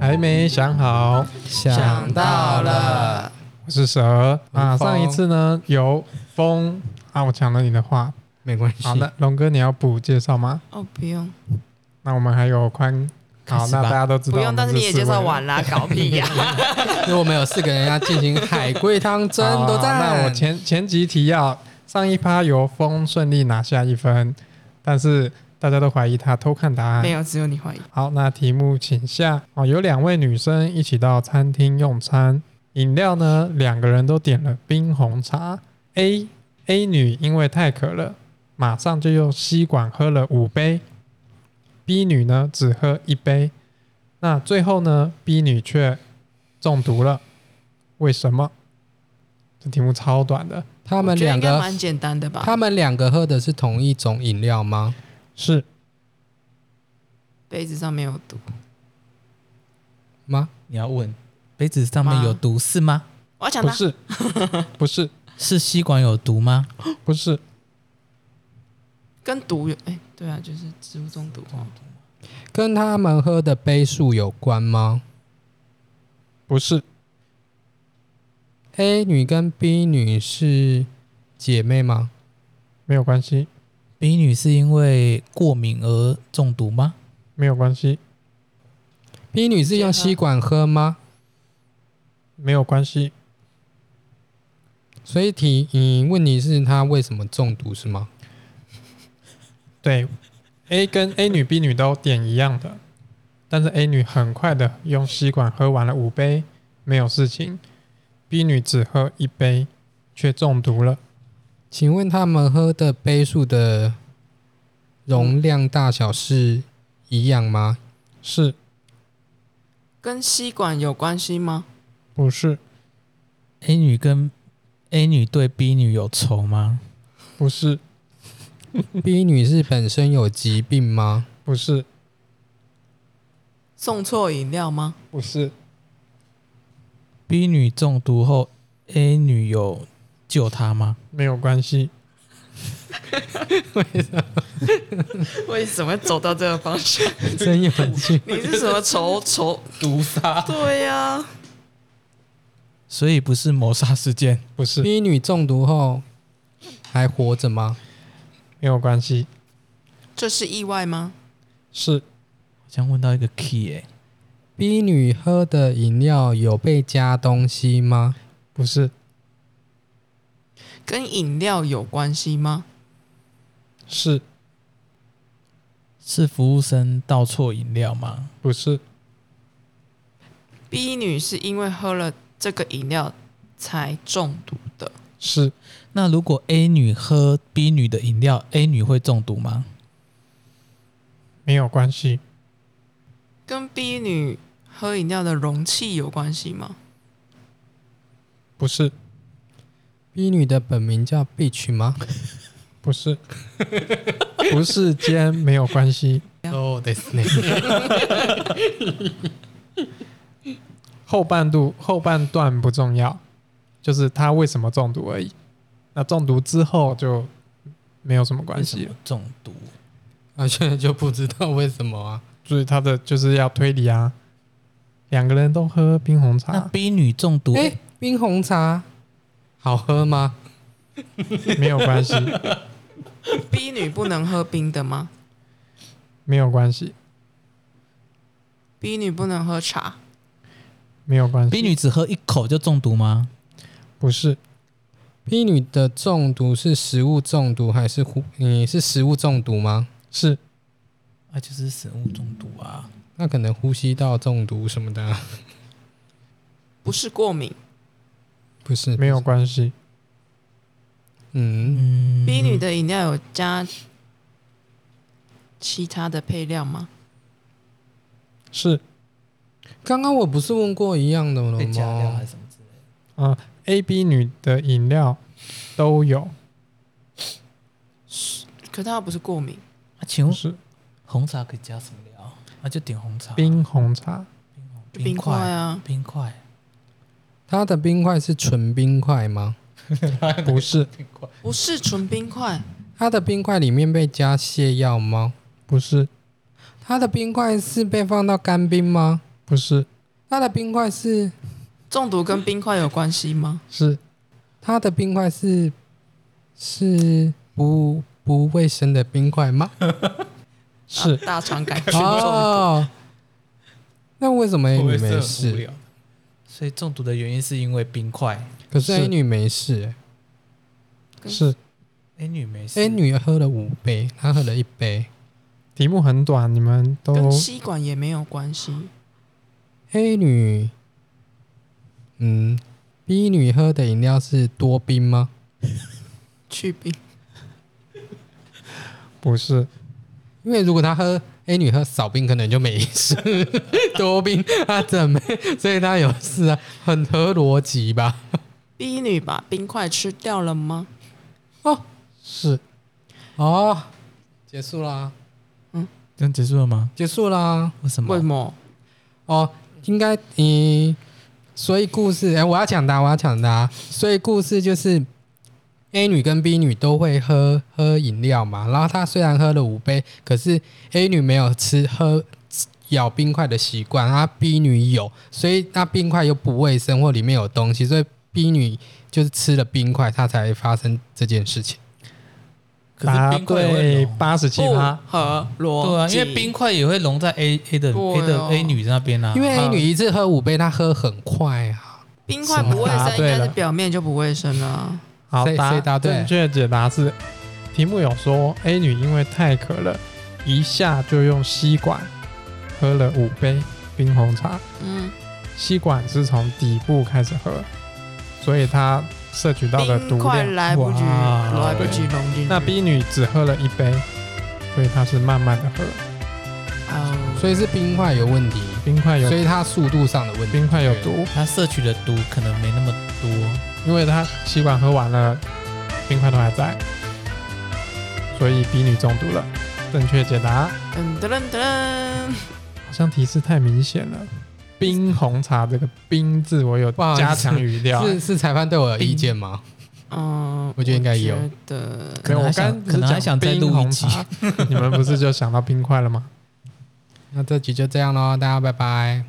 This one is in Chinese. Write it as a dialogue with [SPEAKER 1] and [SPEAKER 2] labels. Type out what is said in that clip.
[SPEAKER 1] 还没想好，
[SPEAKER 2] 想到了，
[SPEAKER 1] 我是蛇啊。上一次呢由风啊，我抢了你的话。
[SPEAKER 2] 没关系。
[SPEAKER 1] 好，那龙哥你要补介绍吗？
[SPEAKER 3] 哦，不用，
[SPEAKER 1] 那我们还有宽，好，
[SPEAKER 2] 开始吧
[SPEAKER 1] 那大家都知道
[SPEAKER 3] 不
[SPEAKER 1] 我们是四位，
[SPEAKER 3] 用，但是你也介绍完啦，搞屁呀！
[SPEAKER 2] 因为我们有四个人要进行海龟汤争
[SPEAKER 1] 好
[SPEAKER 2] 夺战。
[SPEAKER 1] 那我前前几题要上一趴由风顺利拿下一分，但是大家都怀疑他偷看答案
[SPEAKER 3] 没。有，只有你怀疑。
[SPEAKER 1] 好，那题目请下哦。有两位女生一起到餐厅用餐，饮料呢，两个人都点了冰红茶。A A 女因为太渴了，马上就用吸管喝了五杯。B 女呢，只喝一杯。那最后呢，B 女却中毒了，为什么？这题目超短的，
[SPEAKER 2] 他
[SPEAKER 3] 我
[SPEAKER 2] 们
[SPEAKER 3] 觉得
[SPEAKER 2] 两
[SPEAKER 3] 应该
[SPEAKER 2] 个，
[SPEAKER 3] 蛮简单的吧？
[SPEAKER 2] 他们两个喝的是同一种饮料吗？
[SPEAKER 1] 是
[SPEAKER 3] 杯子上面有毒，
[SPEAKER 2] 吗？
[SPEAKER 4] 你要问杯子上面有毒是吗？
[SPEAKER 3] 我要抢
[SPEAKER 1] 不
[SPEAKER 3] 它。
[SPEAKER 1] 是？不是，
[SPEAKER 4] 是吸管有毒吗？
[SPEAKER 1] 不是，
[SPEAKER 3] 跟毒有哎，对啊，就是植物中毒哦。
[SPEAKER 2] 跟他们喝的杯数有关吗
[SPEAKER 1] 不是，
[SPEAKER 2] ？A 女跟 B 女是姐妹吗？
[SPEAKER 1] 没有关系，
[SPEAKER 4] B 女是因为过敏而中毒吗？
[SPEAKER 1] 没有关系，
[SPEAKER 2] B 女是用吸管喝吗？
[SPEAKER 1] 没有关系。
[SPEAKER 2] 所以题，你问题是她为什么中毒是吗？
[SPEAKER 1] 对，A 跟 A 女、B 女都点一样的，但是 A 女很快的用吸管喝完了五杯，没有事情。B 女只喝一杯，却中毒了。
[SPEAKER 2] 请问他们喝的杯数的容量大小是一样吗？
[SPEAKER 1] 是
[SPEAKER 3] 跟吸管有关系吗？
[SPEAKER 1] 不是？
[SPEAKER 4] A 女跟 A 女对 B 女有仇吗？
[SPEAKER 1] 不是，
[SPEAKER 2] B 女是本身有疾病吗？
[SPEAKER 1] 不是，
[SPEAKER 3] 送错饮料吗？
[SPEAKER 1] 不是，
[SPEAKER 4] B 女中毒后，A 女有救她吗？
[SPEAKER 1] 没有关系，
[SPEAKER 3] 为什么走到这个方向？
[SPEAKER 2] 真有趣。
[SPEAKER 3] 你是什么仇仇
[SPEAKER 4] 毒杀，
[SPEAKER 3] 对啊呀、
[SPEAKER 4] 所以不是谋杀事件。
[SPEAKER 1] 不是，
[SPEAKER 2] B 女中毒后还活着吗？
[SPEAKER 1] 没有关系，
[SPEAKER 3] 这是意外吗？
[SPEAKER 1] 是
[SPEAKER 4] 好像问到一个 key 哎、
[SPEAKER 2] B 女喝的饮料有被加东西吗？
[SPEAKER 1] 不是？
[SPEAKER 3] 跟饮料有关系吗？
[SPEAKER 1] 是
[SPEAKER 4] 是服务生倒错饮料吗？
[SPEAKER 1] 不是？
[SPEAKER 3] B 女是因为喝了这个饮料才中毒的，
[SPEAKER 1] 是
[SPEAKER 4] 那如果 A 女喝 B 女的饮料，A 女会中毒吗？
[SPEAKER 1] 没有关系，
[SPEAKER 3] 跟 B 女喝饮料的容器有关系吗？
[SPEAKER 1] 不是，
[SPEAKER 2] B 女的本名叫 Bitch 吗？
[SPEAKER 1] 不是， 不是间没有关系。
[SPEAKER 2] 哦，对，
[SPEAKER 1] 后半度后半段不重要，就是他为什么中毒而已。那中毒之后就没有什么关
[SPEAKER 4] 为什
[SPEAKER 1] 系了
[SPEAKER 4] 么，中毒？
[SPEAKER 2] 啊，现在就不知道为什么啊。
[SPEAKER 1] 所以他的就是要推理啊。两个人都喝冰红
[SPEAKER 2] 啊
[SPEAKER 4] 那
[SPEAKER 1] 茶，
[SPEAKER 4] B 女中毒，
[SPEAKER 2] 哎，冰红茶好喝吗？
[SPEAKER 1] 没有关系，
[SPEAKER 3] B 女不能喝冰的吗
[SPEAKER 1] 没有关系，
[SPEAKER 3] ？B 女不能喝茶，
[SPEAKER 1] 没有关系。
[SPEAKER 4] B 女只喝一口就中毒吗？
[SPEAKER 1] 不是
[SPEAKER 2] B 女的中毒是食物中毒还是呼？你是食物中毒吗？
[SPEAKER 1] 是
[SPEAKER 4] 啊，就是食物中毒啊。
[SPEAKER 2] 那可能呼吸道中毒什么的啊，
[SPEAKER 3] 不是过敏。
[SPEAKER 2] 不是？
[SPEAKER 1] 没有关系，
[SPEAKER 2] 嗯，
[SPEAKER 4] 嗯
[SPEAKER 3] B 女的饮料有加其他的配料吗？
[SPEAKER 1] 是
[SPEAKER 2] 刚刚我不是问过一样的了
[SPEAKER 4] 被加料
[SPEAKER 2] 吗
[SPEAKER 4] 还？是什么之类的？
[SPEAKER 1] 啊、a B 女的饮料都有，
[SPEAKER 3] 可它又不是过敏，
[SPEAKER 4] 啊，请问
[SPEAKER 1] 是
[SPEAKER 4] 红茶可以加什么料？啊，就点红茶，
[SPEAKER 1] 冰红茶，
[SPEAKER 3] 就冰块啊，
[SPEAKER 4] 冰块，
[SPEAKER 2] 它的冰块是纯冰块吗？
[SPEAKER 1] 不是
[SPEAKER 4] 冰块，
[SPEAKER 3] 不是纯冰块，
[SPEAKER 2] 它的冰块里面被加泻药吗？
[SPEAKER 1] 不是
[SPEAKER 2] 它的冰块是被放到干冰吗？
[SPEAKER 1] 不是
[SPEAKER 2] 它的冰块是
[SPEAKER 3] 中毒跟冰块有关系吗？
[SPEAKER 1] 是
[SPEAKER 2] 它的冰块是是不不卫生的冰块吗？
[SPEAKER 1] 是
[SPEAKER 3] 啊大肠杆菌中毒，
[SPEAKER 2] 哦，那为什么 A
[SPEAKER 4] 会不
[SPEAKER 2] 女
[SPEAKER 4] 会是
[SPEAKER 2] 没
[SPEAKER 4] 很无
[SPEAKER 2] 事？
[SPEAKER 4] 聊？所以中毒的原因是因为冰块
[SPEAKER 2] 可是
[SPEAKER 1] 是
[SPEAKER 2] A 女没事欸
[SPEAKER 1] 是，
[SPEAKER 4] ，A 女没事
[SPEAKER 2] ，A 女喝了五杯，她喝了一杯
[SPEAKER 1] 题目很短，你们都
[SPEAKER 3] 跟吸管也没有关系。
[SPEAKER 2] ，A 女，嗯，B 女喝的饮料是多冰吗？
[SPEAKER 3] 去冰
[SPEAKER 1] 不是
[SPEAKER 2] 因为如果她喝 A 女喝少冰，可能就没事， 多冰她怎么？所以她有事啊，很合逻辑吧？
[SPEAKER 3] B 女把冰块吃掉了吗？
[SPEAKER 1] 是，
[SPEAKER 2] 哦，结束啦，
[SPEAKER 4] 这样结束了吗？
[SPEAKER 2] 结束啦。
[SPEAKER 4] 为什
[SPEAKER 3] 为
[SPEAKER 4] 么
[SPEAKER 3] 什？么？
[SPEAKER 2] 哦，应该嗯，所以故事，哎、我要抢答，我要抢答。所以故事就是 A 女跟 B 女都会喝喝饮料嘛，然后她虽然喝了五杯，可是 A 女没有吃喝咬冰块的习惯，啊 B 女有，所以那冰块又不卫生或里面有东西，所以 B 女就是吃了冰块，她才发生这件事情。
[SPEAKER 4] 可
[SPEAKER 1] 答
[SPEAKER 4] 是冰块也会
[SPEAKER 1] 对
[SPEAKER 4] 融
[SPEAKER 1] 八十七趴，
[SPEAKER 3] 不合逻辑
[SPEAKER 4] 对啊，因为冰块也会融在 A A 的
[SPEAKER 3] 对
[SPEAKER 4] A 的
[SPEAKER 3] 哦
[SPEAKER 4] A 女那边啊，
[SPEAKER 2] 因为 A
[SPEAKER 1] 嗯
[SPEAKER 2] 女一次喝五杯，她喝很快啊。
[SPEAKER 3] 冰块不卫
[SPEAKER 1] 什么答
[SPEAKER 3] 生，应
[SPEAKER 1] 对了
[SPEAKER 3] 该是表面就不卫生啊。
[SPEAKER 1] 好，
[SPEAKER 2] 谁谁答对
[SPEAKER 1] 正确解答是，题目有说 A 女因为太渴了，一下就用吸管喝了五杯冰红茶，
[SPEAKER 3] 嗯，
[SPEAKER 1] 吸管是从底部开始喝，所以她摄取到的毒
[SPEAKER 3] 冰块
[SPEAKER 1] 量。
[SPEAKER 3] 来不及，
[SPEAKER 4] 哇
[SPEAKER 3] 来不及融进去。
[SPEAKER 1] 那 B 女只喝了一杯，所以她是慢慢的喝，
[SPEAKER 3] 哦，
[SPEAKER 2] 所以是冰块有问题，
[SPEAKER 1] 冰块有
[SPEAKER 2] 所以她速度上的问题。
[SPEAKER 1] 哎冰块有毒，
[SPEAKER 4] 她摄取的毒可能没那么多，
[SPEAKER 1] 因为她吸管喝完了，冰块都还在，所以 B 女中毒了。正确解答。
[SPEAKER 3] 噔噔噔噔，
[SPEAKER 1] 好像提示太明显了。冰红茶这个“冰”字，我有
[SPEAKER 2] 不好意思
[SPEAKER 1] 加强语调。
[SPEAKER 2] 是是裁判对我有意见吗？
[SPEAKER 3] 嗯，
[SPEAKER 2] 我觉得应该有
[SPEAKER 3] 我觉得
[SPEAKER 4] 可
[SPEAKER 1] 没有
[SPEAKER 4] 能还
[SPEAKER 1] 我
[SPEAKER 4] 想
[SPEAKER 1] 刚
[SPEAKER 4] 可能还想再录一
[SPEAKER 1] 只
[SPEAKER 4] 集
[SPEAKER 1] 是讲冰红茶你们不是就想到冰块了吗？
[SPEAKER 2] 那这局就这样喽，大家拜拜。